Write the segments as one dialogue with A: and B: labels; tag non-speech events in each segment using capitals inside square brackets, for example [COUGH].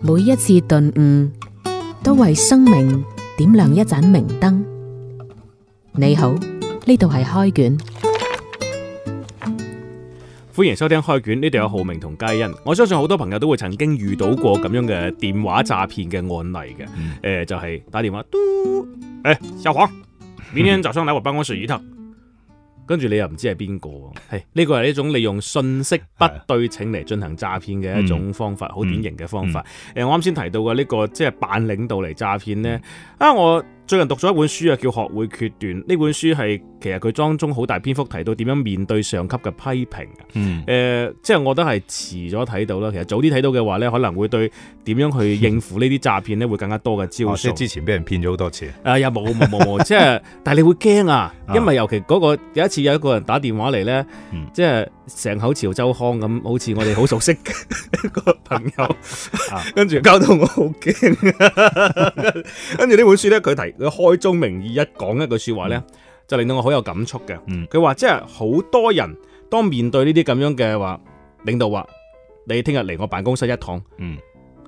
A: 每一次頓悟，都為生命點亮一盞明燈。你好，呢度係開卷，
B: 歡迎收聽開卷，呢度有浩明同佳欣。我相信好多朋友都會曾經遇到過咁樣嘅電話詐騙嘅案例嘅。誒、呃，就係、打電話嘟，誒、小黃，明天早上嚟我辦公室一趟。跟住你又唔知係邊個喎，係呢個係一種利用信息不對稱嚟進行詐騙嘅一種方法，好、典型嘅方法。誒、我啱先提到嘅呢、個即係扮領導嚟詐騙呢。啊，我最近讀咗一本書啊，叫《學會決斷》。呢本書係其實佢當中好大篇幅提到點樣面對上級嘅批評啊。
C: 嗯
B: 誒、即係我覺得係遲咗睇到啦。其實早啲睇到嘅話咧，可能會對點樣去應付呢啲詐騙咧，會更加多嘅招
C: 哦
B: 數。
C: 即係之前俾人騙咗好多次，
B: 啊，又冇冇冇
C: [LAUGHS]
B: 冇，即係，但係你會驚啊，因為尤其嗰、個有一次有一個人打電話嚟咧，
C: 嗯
B: 即係成口潮州腔咁，好似我哋好熟悉
C: [LAUGHS]
B: 嘅一個朋友
C: 啊，
B: 跟住搞到我好驚。 [LAUGHS] 跟住呢本書咧，佢提佢開宗明義一講一句說話咧，就令到我好有感觸嘅
C: 嗯。
B: 佢話即係好多人當面對呢啲咁樣嘅話，領導話你聽日嚟我辦公室一趟，
C: 嗯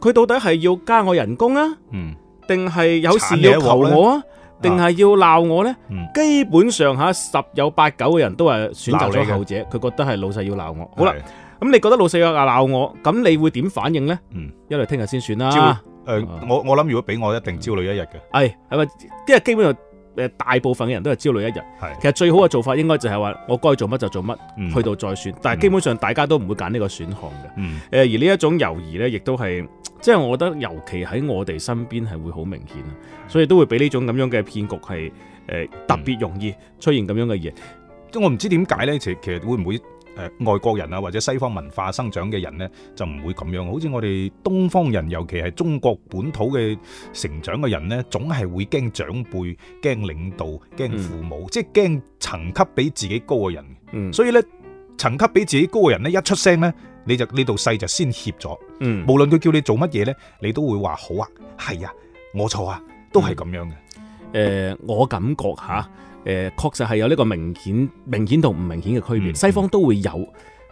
B: 佢到底係要加我人工啊？
C: 嗯
B: 定係有
C: 鏟
B: 時
C: 你
B: 要
C: 一鑊
B: 求
C: 呢
B: 我啊，定係要鬧我呢？
C: 嗯
B: 基本上吓十有八九嘅人都係選擇
C: 鬧
B: 咗
C: 你嘅
B: 後者，佢覺得係老細要鬧我。好啦，
C: 係，
B: 咁你覺得老細要鬧我，咁你會點反應呢？
C: 嗯
B: 一嚟聽日先算
C: 焦
B: 啦。
C: 誒
B: 啊
C: 呃我我諗如果俾我一定焦慮一日嘅，
B: 係係咪？因為基本上誒大部分嘅人都係焦慮一日。
C: 係
B: 其實最好嘅做法應該就係話我該做乜就做乜，
C: 嗯
B: 去到再選。但係基本上大家都唔會揀呢個選項嘅。呃
C: 嗯
B: 誒而呢一種猶豫呢，亦都係即係我覺得，尤其喺我哋身邊係會好明顯啊，所以都會俾呢種咁樣嘅騙局係誒、呃特別容易出現咁樣嘅嘢。
C: 即係我唔知點解咧，其其實會唔會誒、呃外國人啊或者西方文化生長嘅人咧就唔會咁樣，好似我哋東方人，尤其係中國本土嘅成長嘅人咧，總係會驚長輩、驚領導、
B: 嗯
C: 驚父母，即係驚層級比自己高嘅人。
B: 嗯
C: 所以咧，層級比自己高嘅人咧一出聲咧，你就呢度勢就先怯咗。
B: 嗯，
C: 無論佢叫你做乜嘢呢，你都會話好啊，係啊，我錯啊，都係咁樣
B: 誒、
C: 嘅。
B: 呃我感呃覺嚇誒、確實係有呢個明顯明顯同唔明顯嘅區別，
C: 嗯
B: 西方都會有。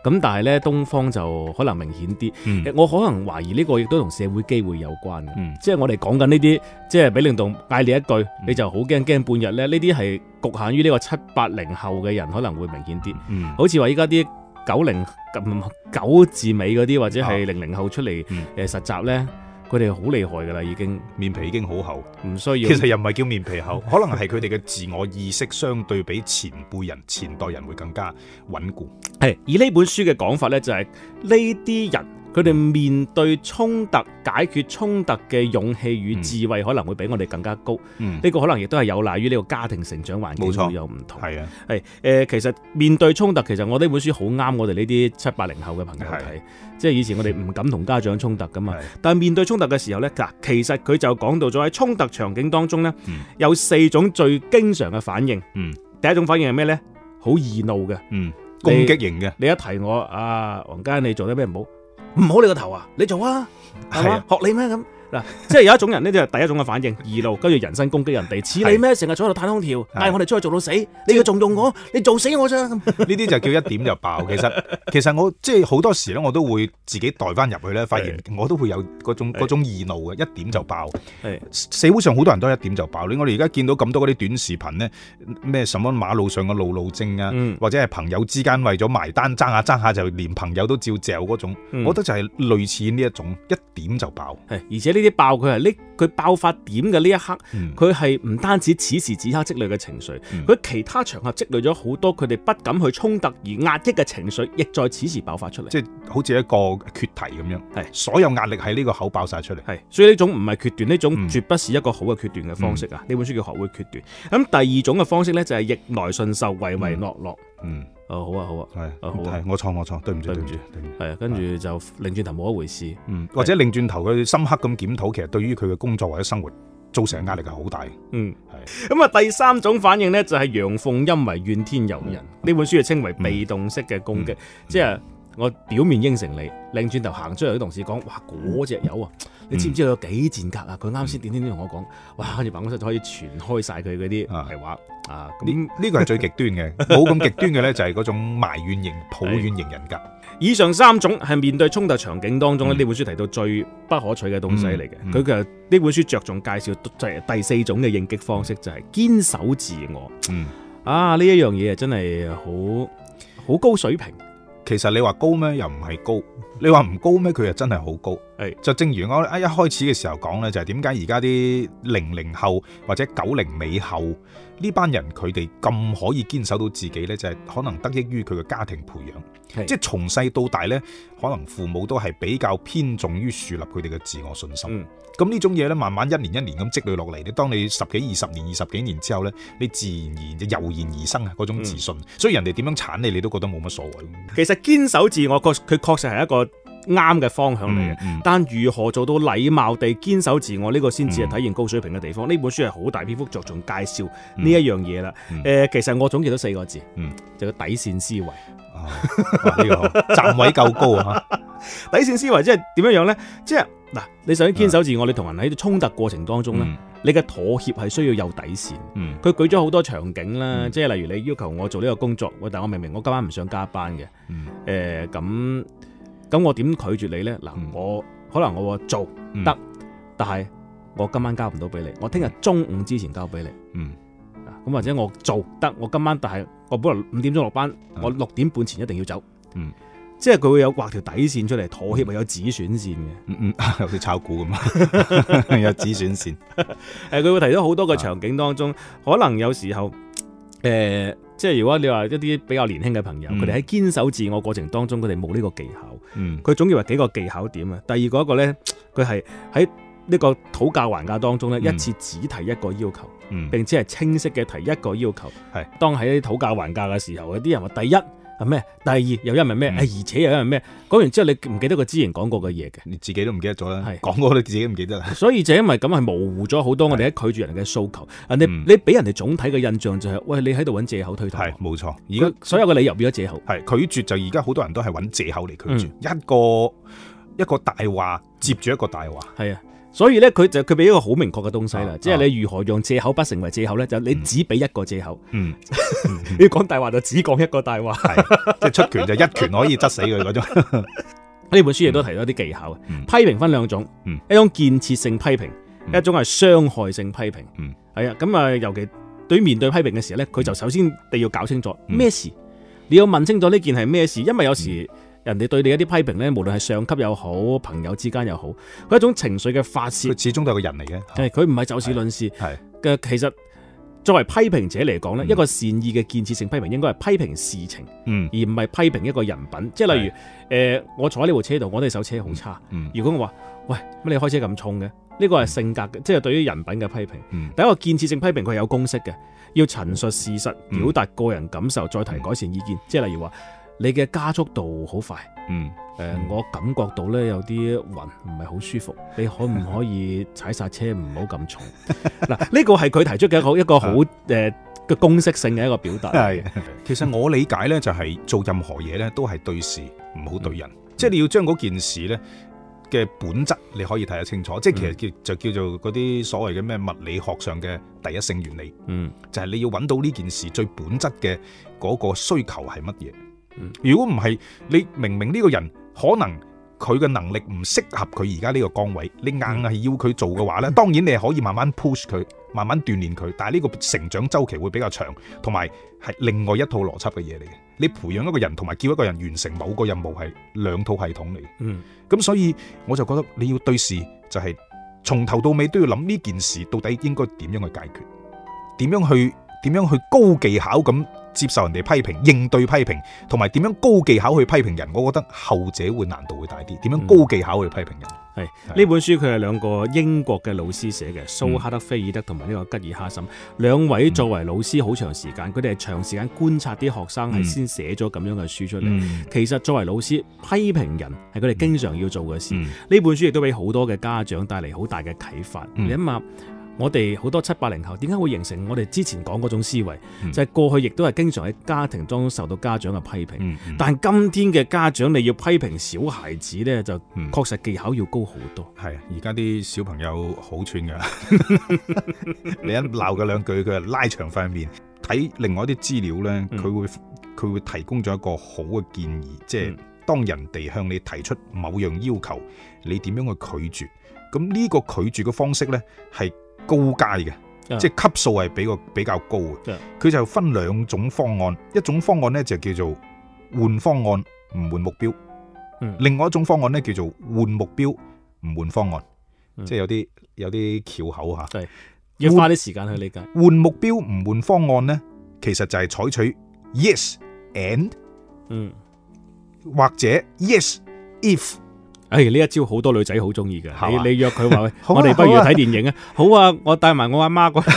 B: 咁但係呢，東方就可能明顯啲。
C: 嗯
B: 誒我可能懷疑呢個亦都同社會機會有關嘅。
C: 嗯
B: 即係我哋講緊呢啲，即係俾領導嗌你一句，你就好驚驚半日咧。呢啲係局限於呢個七八零後嘅人可能會明顯啲。
C: 嗯
B: 好似話依家啲九零咁九字尾嗰啲，或者係零零後出嚟
C: 啊
B: 呃
C: 嗯
B: 誒實習咧，佢哋好厲害噶啦，已經
C: 面皮已經好厚，
B: 唔需要。
C: 其實又唔係叫面皮厚， [LAUGHS] 可能係佢哋嘅自我意識相對比前輩人、前代人會更加穩固。
B: 係以呢本書嘅講法咧，就係呢啲人佢哋面對衝突、解決衝突嘅勇氣與智慧，可能會比我哋更加高。呢、
C: 嗯，
B: 個可能亦都係有賴於呢個家庭成長環境
C: 冇錯
B: 會有唔同。
C: 係啊，
B: 係誒、呃其實面對衝突，其實我呢本書好啱我哋呢啲七八零後嘅朋友睇
C: 係，
B: 即係以前我哋唔敢同家長衝突噶嘛
C: 係。啊
B: 但係面對衝突嘅時候呢，嗱，其實佢就講到咗喺衝突場景當中呢，
C: 嗯
B: 有四種最經常嘅反應。
C: 嗯
B: 第一種反應係咩呢？好易怒嘅，
C: 嗯，攻擊型嘅，
B: 你一提我啊，黃家你做得咩唔好？唔好你個頭啊！你做啊，係
C: 係
B: 嘛
C: 啊？
B: 學你咩咁？嗱， [LAUGHS] 即係有一種人呢，就係第一種嘅反應，易怒，跟住人身攻擊人哋，似你咩？成日坐喺度嘆空調，嗌我哋出去做到死，你要重用我，你做死我咋咁？
C: 呢啲就叫一點就爆。其 [LAUGHS] 實其實我即係好多時咧，我都會自己代翻入去咧，發現我都會有嗰種嗰種易怒嘅，一點就爆。
B: 係
C: 社會上好多人都一點就爆，你我哋而家見到咁多嗰啲短視頻呢，咩什麼馬路上嘅路怒症啊，
B: 嗯
C: 或者係朋友之間為咗埋單爭下爭下就連朋友都照嚼嗰種，
B: 嗯
C: 我覺得就係類似呢一種一點就爆。
B: 係，而且呢啲爆佢係呢，佢爆發點嘅呢一刻，
C: 嗯
B: 佢係唔單止此時此刻積累嘅情緒，
C: 嗯
B: 佢、其他場合積累咗好多佢哋不敢去衝突而壓抑嘅情緒，亦在此時爆發出嚟。
C: 即係好似一個決堤咁樣，
B: 係
C: 所有壓力喺呢個口爆晒出嚟。
B: 係，所以呢種唔係決斷，呢種
C: 嗯
B: 絕不是一個好嘅決斷嘅方式啊！呢、本書叫學會決斷。咁第二種嘅方式呢，就係逆來順受、唯唯諾諾。
C: 嗯，
B: 哦，好啊，好啊，
C: 係
B: 啊好啊
C: 係我錯我錯，對唔住
B: 對
C: 對
B: 唔
C: 唔
B: 住
C: 住對唔住。
B: 係啊，跟住就擰轉頭冇一回事。
C: 嗯，或者擰轉頭佢深刻咁檢討，其實對於佢嘅工作或者生活造成嘅壓力係好大。
B: 嗯，
C: 係
B: 咁啊，第三種反應呢，就係陽奉陰違、怨天尤人。
C: 嗯
B: 呢本書就稱為被動式嘅攻擊，即係我表面應承你，擰轉頭行出嚟同同事講：哇，
C: 嗯
B: 嗰只友啊，你知唔知佢有幾賤格啊？佢啱先點點點同我講，哇，跟住辦公室就可以傳開晒佢嗰啲
C: 啊
B: 係話啊。咁 [LAUGHS]
C: 呢呢個係最極端嘅，冇咁極端嘅呢，就係嗰種埋怨型、抱怨型人格。
B: 以上三種係面對衝突場景當中咧，
C: 嗯
B: 呢、本書提到最不可取嘅東西嚟
C: 嗯嗯
B: 嘅。佢其實呢本書着重介紹就係第四種嘅應激方式，就係、堅守自我。
C: 嗯，
B: 啊，呢一樣嘢真係好好高水平。
C: 其實你話高咩又唔係高，你話唔高咩佢又真係好高。
B: 係
C: 就正如我一開始嘅時候講咧，就係點解而家啲零零後或者九零尾後呢班人佢哋咁可以堅守到自己呢，就係、可能得益於佢嘅家庭培養，即係從細到大呢，可能父母都係比較偏重於樹立佢哋嘅自我信心。
B: 嗯
C: 咁呢種嘢呢，慢慢一年一年咁積累落嚟，你當你十幾、二十年、二十幾年之後呢，你自然而然就油然而生啊
B: 嗯
C: 嗰種自信。所以人哋點樣鏟你，你都覺得冇乜所謂。
B: 其實堅守自我，確佢確實係一個啱嘅方向嚟嘅。
C: 嗯
B: 但如何做到禮貌地堅守自我呢、個先至
C: 嗯
B: 係體現高水平嘅地方。呢、本書係好大篇幅着重介紹呢一樣嘢啦。誒、
C: 嗯
B: 其實我總結到四個字，
C: 嗯
B: 就叫底線思維。
C: 啊哇呢個好站位夠高啊！
B: 底線思維即係點樣樣呢？即係嗱，你首先堅守自我，你同人喺衝突過程當 [LAUGHS] 中呢，啊你嘅妥協係需要有底線。
C: 嗯，
B: 佢舉咗好多場景啦，
C: 嗯
B: 即係例如你要求我做呢個工作，喂，但我明明我今晚唔想加班嘅，誒、呃
C: 嗯
B: 咁咁我點拒絕你呢？嗱，
C: 嗯
B: 我可能我話做
C: 嗯
B: 得，但係我今晚交唔到俾你，我聽日中午之前交俾你。
C: 嗯
B: 啊咁或者我做得，我今晚但係我本來五點鐘落班，
C: 嗯
B: 我六點半前一定要走。
C: 嗯，
B: 即係佢會有畫條底線出嚟，妥協係有止損線嘅。
C: 嗯嗯， [LAUGHS] 有啲炒股咁啊， [LAUGHS] 有止損線。
B: 誒，佢會提到好
C: 啊
B: 多個場景當中，可能有時候誒、呃即係如果你話一啲比較年輕嘅朋友，
C: 嗯
B: 佢哋喺堅守自我過程當中，佢哋冇呢個技巧。
C: 嗯
B: 佢總結為幾個技巧點啊。第二個一個呢，佢係喺呢個討價還價當中呢，
C: 嗯
B: 一次只提一個要求，
C: 嗯
B: 並且係清晰嘅提一個要求。
C: 係
B: 當喺討價還價嘅時候，有啲人話第一係咩，第二又因為咩，誒
C: 嗯
B: 而且又因為咩，講完之後你唔記得佢之前講過嘅嘢嘅。
C: 你自己都唔記得咗啦
B: 係，
C: 講過都自己都唔記得啦。
B: 所以就因為咁係模糊咗好多我哋喺拒絕人嘅訴求，啊你
C: 嗯
B: 你俾人哋總體嘅印象就係、喂你喺度揾藉口推
C: 係
B: 脫，
C: 冇錯，而
B: 而
C: 家
B: 家所有嘅理由變咗藉口，
C: 係拒絕就而家好多人都係揾藉口嚟拒絕，一個一個大話接住一個大話。
B: 係啊，所以咧佢就佢俾一個好明確嘅東西啦，
C: 啊
B: 即係你如何讓藉口不成為藉口咧，就你只俾一個藉口，
C: 嗯，
B: 你要講大話就只講一個大話。
C: 係即係出拳就一拳可以執死佢嗰種。
B: 呢本書亦都提到一啲技巧嘅、
C: 嗯
B: 批評分兩種，
C: 嗯
B: 一種建設性批評，
C: 嗯
B: 一種係傷害性批評。
C: 嗯，
B: 係啊，咁啊，尤其對於面對批評嘅時候咧，佢就首先你要搞清楚
C: 嗯
B: 咩事，你要問清楚呢件係咩事，因為有時人哋對你一啲批評咧，無論係上級又好，朋友之間又好，佢係一種情緒嘅發泄，
C: 佢始終都係個人嚟嘅。
B: 係佢唔係就事論事
C: 係
B: 嘅。其實作為批評者嚟講咧，
C: 嗯
B: 一個善意嘅建設性批評應該係批評事情，
C: 嗯
B: 而唔係批評一個人品。即係例如，誒、我坐喺呢部車度，我覺得你手車好差。
C: 嗯
B: 如果我話喂乜你開車咁衝嘅，呢個係性格嘅，即係對於人品嘅批評。
C: 嗯
B: 第一個建設性批評佢係有公式嘅，要陳述事實，
C: 嗯
B: 表達個人感受，再提改善意見。即係例如話你嘅加速度好快，
C: 嗯
B: 誒、
C: 嗯
B: 我感覺到呢有啲暈，唔係好舒服。你可唔
C: [LAUGHS]
B: 可以踩剎車唔好咁重？ [LAUGHS] 嗱，呢個係佢提出嘅一個一個
C: [LAUGHS]
B: 好誒嘅公式性嘅一個表達。
C: 係，其實我理解呢，就係做任何嘢呢，都係對事唔好對人，即係你要將嗰件事呢嘅本質你可以睇得清楚，即係其實叫就叫做嗰啲所謂嘅咩物理學上嘅第一性原理，
B: 嗯
C: 就係、你要揾到呢件事最本質嘅嗰個需求係乜嘢
B: 嗯。
C: 如果唔係，你明明呢個人可能。佢嘅能力唔適合佢而家呢個崗位，你硬係要佢做嘅話呢，當然你係可以慢慢 push 佢，慢慢鍛鍊佢，但係呢個成長周期會比較長，同埋係另外一套邏輯嘅嘢嚟嘅。你培養一個人同埋叫一個人完成某個任務係兩套系統嚟嘅。
B: 嗯
C: 咁所以我就覺得你要對事就係從頭到尾都要諗呢件事到底應該點樣去解決，點樣去點樣去高技巧咁接受人哋批評、應對批評，同埋點樣高技巧去批評人，我覺得後者會難度會大啲。點樣高技巧去批評人？
B: 係呢本書佢係兩個英國嘅老師寫
C: 嗯
B: 嘅，蘇克德菲爾德同埋呢個吉爾哈森兩位作為老師好長時間，佢哋係長時間觀察啲學生係
C: 嗯
B: 先寫咗咁樣嘅書出嚟。
C: 嗯
B: 其實作為老師批評人係佢哋經常要做嘅事。呢、
C: 嗯
B: 本書亦都俾好多嘅家長帶嚟好大嘅啟發。
C: 嗯
B: 你諗下，我哋好多七八零後點解會形成我哋之前講嗰種思維？
C: 嗯
B: 就係過去亦都係經常喺家庭當中受到家長嘅批評。
C: 嗯，但
B: 但今天嘅家長，你要批評小孩子呢，就
C: 嗯
B: 確實技巧要高好多。
C: 係啊而家啲小朋友好串㗎， [LAUGHS] 你一鬧佢兩句，佢就拉長塊面。睇另外一啲資料呢，
B: 嗯
C: 佢會佢會提供咗一個好嘅建議，即係
B: 嗯
C: 當人哋向你提出某樣要求，你點樣去拒絕？咁呢個拒絕嘅方式呢，係高階嘅，
B: 啊
C: 即係級數係比個比較高嘅
B: 啊。
C: 佢就分兩種方案，一種方案呢就叫做換方案唔換目標，
B: 嗯
C: 另外一種方案呢叫做換目標唔換方案，
B: 嗯
C: 即係有啲有啲巧口嚇。
B: 要花啲時間去理解。
C: 換目標唔換方案呢，其實就係採取 yes and
B: 嗯，
C: 或者 yes if。
B: 哎，呢一招好多女仔好中意
C: 係
B: 嘅。
C: 嘛
B: 你你約佢 [LAUGHS] 話，喂
C: 好啊
B: 我哋不如
C: 好啊
B: 睇電影啊！好啊，我帶埋我阿媽過去。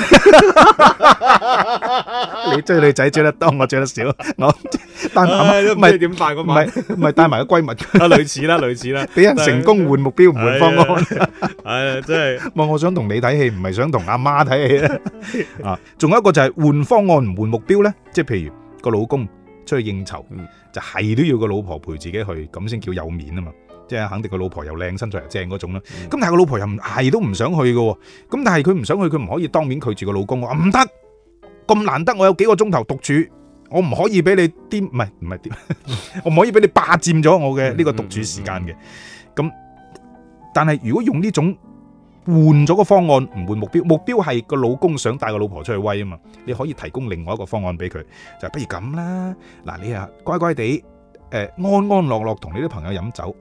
C: 你追女仔追得多，我追得少。 [LAUGHS] 我
B: [LAUGHS]
C: 帶埋
B: [LAUGHS] 唉
C: 唔
B: 都唔知
C: 係
B: 點辦嗰 [LAUGHS]
C: 唔
B: 晚。
C: 係唔係帶埋個閨蜜，
B: 啊，類似啦，類似啦，啊
C: 俾人成功換目標唔換方案。
B: 唉。唉，真 [LAUGHS] 係
C: 我我想同你睇戲，唔係想同阿
B: [LAUGHS]
C: 媽睇戲咧。啊，仲有一個就係換方案唔換目標咧，即係譬如個老公出去應酬
B: 嗯，
C: 就係都要個老婆陪自己去，咁先叫有面啊嘛。即係肯定個老婆又靚，身材又正嗰種啦。
B: 嗯
C: 咁但係個老婆又唔係都唔想去嘅喎。咁但係佢唔想去，佢唔可以當面拒絕個老公。我話唔得，咁難得我有幾個鐘頭獨處，我唔可以俾你啲唔係唔係啲，我唔可以俾你霸佔咗我嘅呢個獨處時間嘅。咁但係如果用呢種換咗個方案，唔換目標，目標係個老公想帶個老婆出去威啊嘛。你可以提供另外一個方案俾佢，就係不如咁啦。嗱，你啊乖乖地，誒、安安樂樂同你啲朋友飲酒。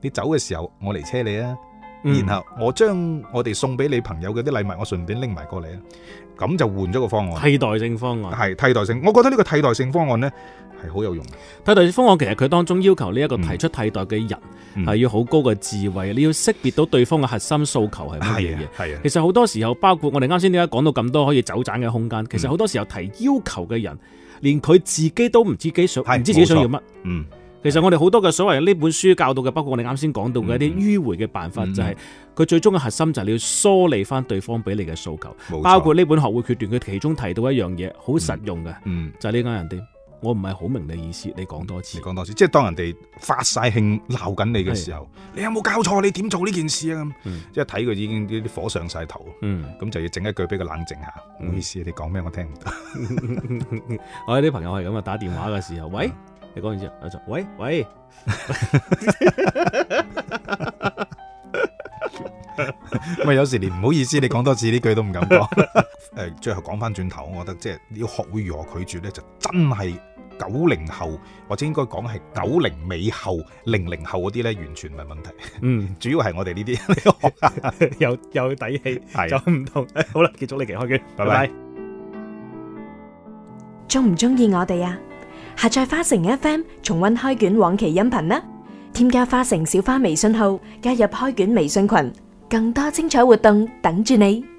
C: 你走嘅時候，我嚟車你啊。
B: 嗯
C: 然後我將我哋送俾你朋友嘅啲禮物，我順便拎埋過嚟啊，咁就換咗個方案，
B: 替代性方案。
C: 係替代性。我覺得呢個替代性方案呢係好有用嘅，
B: 替代性方案其實佢當中要求呢一個
C: 嗯
B: 提出替代嘅人係、
C: 嗯
B: 要好高嘅智慧，你要識別到對方嘅核心訴求係乜嘢
C: 係
B: 嘢
C: 啊。係啊，
B: 其實好多時候，包括我哋啱先點解講到咁多可以走盞嘅空間，其實好多時候提要求嘅人，連佢自己都唔知自己想，
C: 係
B: 唔知自己想要乜。
C: 嗯
B: 其實我哋好多嘅所謂呢本書教到嘅，包括我哋啱先講到嘅一啲迂迴嘅辦法，
C: 嗯
B: 就係佢最終嘅核心就係你要梳理翻對方俾你嘅訴求。
C: 冇錯
B: 包括呢本學會決斷，佢其中提到一樣嘢好實用嘅，
C: 嗯，
B: 就係呢間人哋，我唔係好明你意思，你講多次
C: 你。講多次，即係當人哋發晒興鬧緊你嘅時候，你有冇搞錯？你點做呢件事啊？咁
B: 嗯
C: 即係睇佢已經啲火上晒頭，
B: 嗯， [LAUGHS]
C: 咁就要整一句俾佢冷靜下。唔
B: 嗯
C: 好意思，你講咩我聽唔到。
B: 我有啲朋友係咁啊，打電話嘅時候，喂，
C: 嗯
B: 你講完之後，我就喂喂，
C: 咪啊有時連唔好意思，你講多次呢句都唔敢講。 [LAUGHS] 誒，最後講翻轉頭，我覺得即係要學會如何拒絕呢，就真係九零後或者應該講係九零尾後、零零後嗰啲呢，完全唔係問題。
B: 嗯，
C: 主要係我哋呢啲，你學下
B: [LAUGHS] 有有底氣
C: 係啊
B: 唔同。 [LAUGHS] 好啦，結束你期開卷，
C: 拜拜。
D: 中唔中意我哋啊？下載花城 FM 重温開卷往期音頻啦！添加花城小花微信號，加入開卷微信群，更多精彩活動等住你。